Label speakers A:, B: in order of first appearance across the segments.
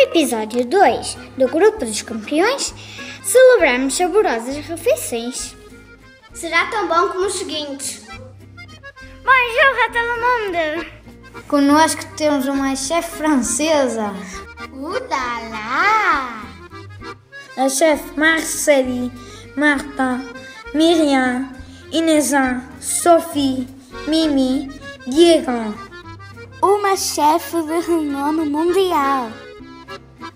A: episódio 2 do Grupo dos Campeões, celebramos saborosas refeições.
B: Será tão bom como os seguintes.
C: Bonjour a todo
D: mundo! Conosco temos uma chefe francesa.
B: Ulala!
D: A chefe Marceli, Marta, Miriam, Inesan, Sophie, Mimi, Diego
E: uma chefe de renome mundial.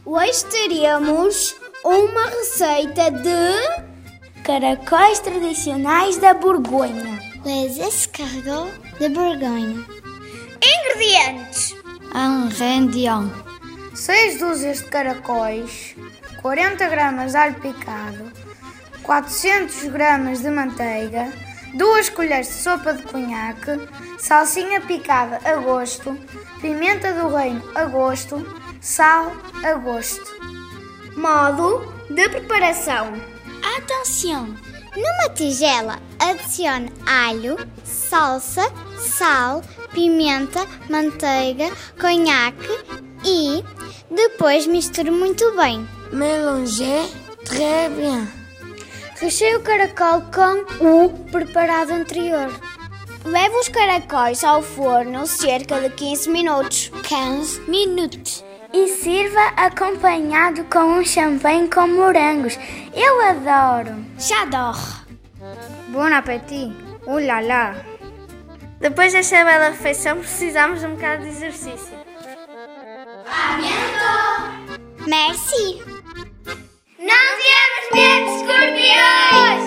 B: Hoje teremos uma receita de
E: caracóis tradicionais da Borgonha.
F: Les escargots de Borgonha.
B: Ingredientes:
D: um rendião,
G: 6 dúzias de caracóis, 40 gramas de alho picado, 400 gramas de manteiga, 2 colheres de sopa de cunhaque, salsinha picada a gosto, pimenta do reino a gosto, sal a gosto.
B: Modo de preparação:
F: Atenção! Numa tigela, adicione alho, salsa, sal, pimenta, manteiga, conhaque e depois misture muito bem.
E: Mélanger très bien.
F: Recheie o caracol com o preparado anterior.
B: Leve os caracóis ao forno cerca de 15 minutos.
E: 15 minutos.
C: E sirva acompanhado com um champanhe com morangos. Eu adoro!
B: J'adore!
G: Bom apetite! Ulala! Depois desta bela refeição, precisamos de um bocado de exercício.
B: Amiento!
F: Merci!
B: Não temos medo, escorpiões!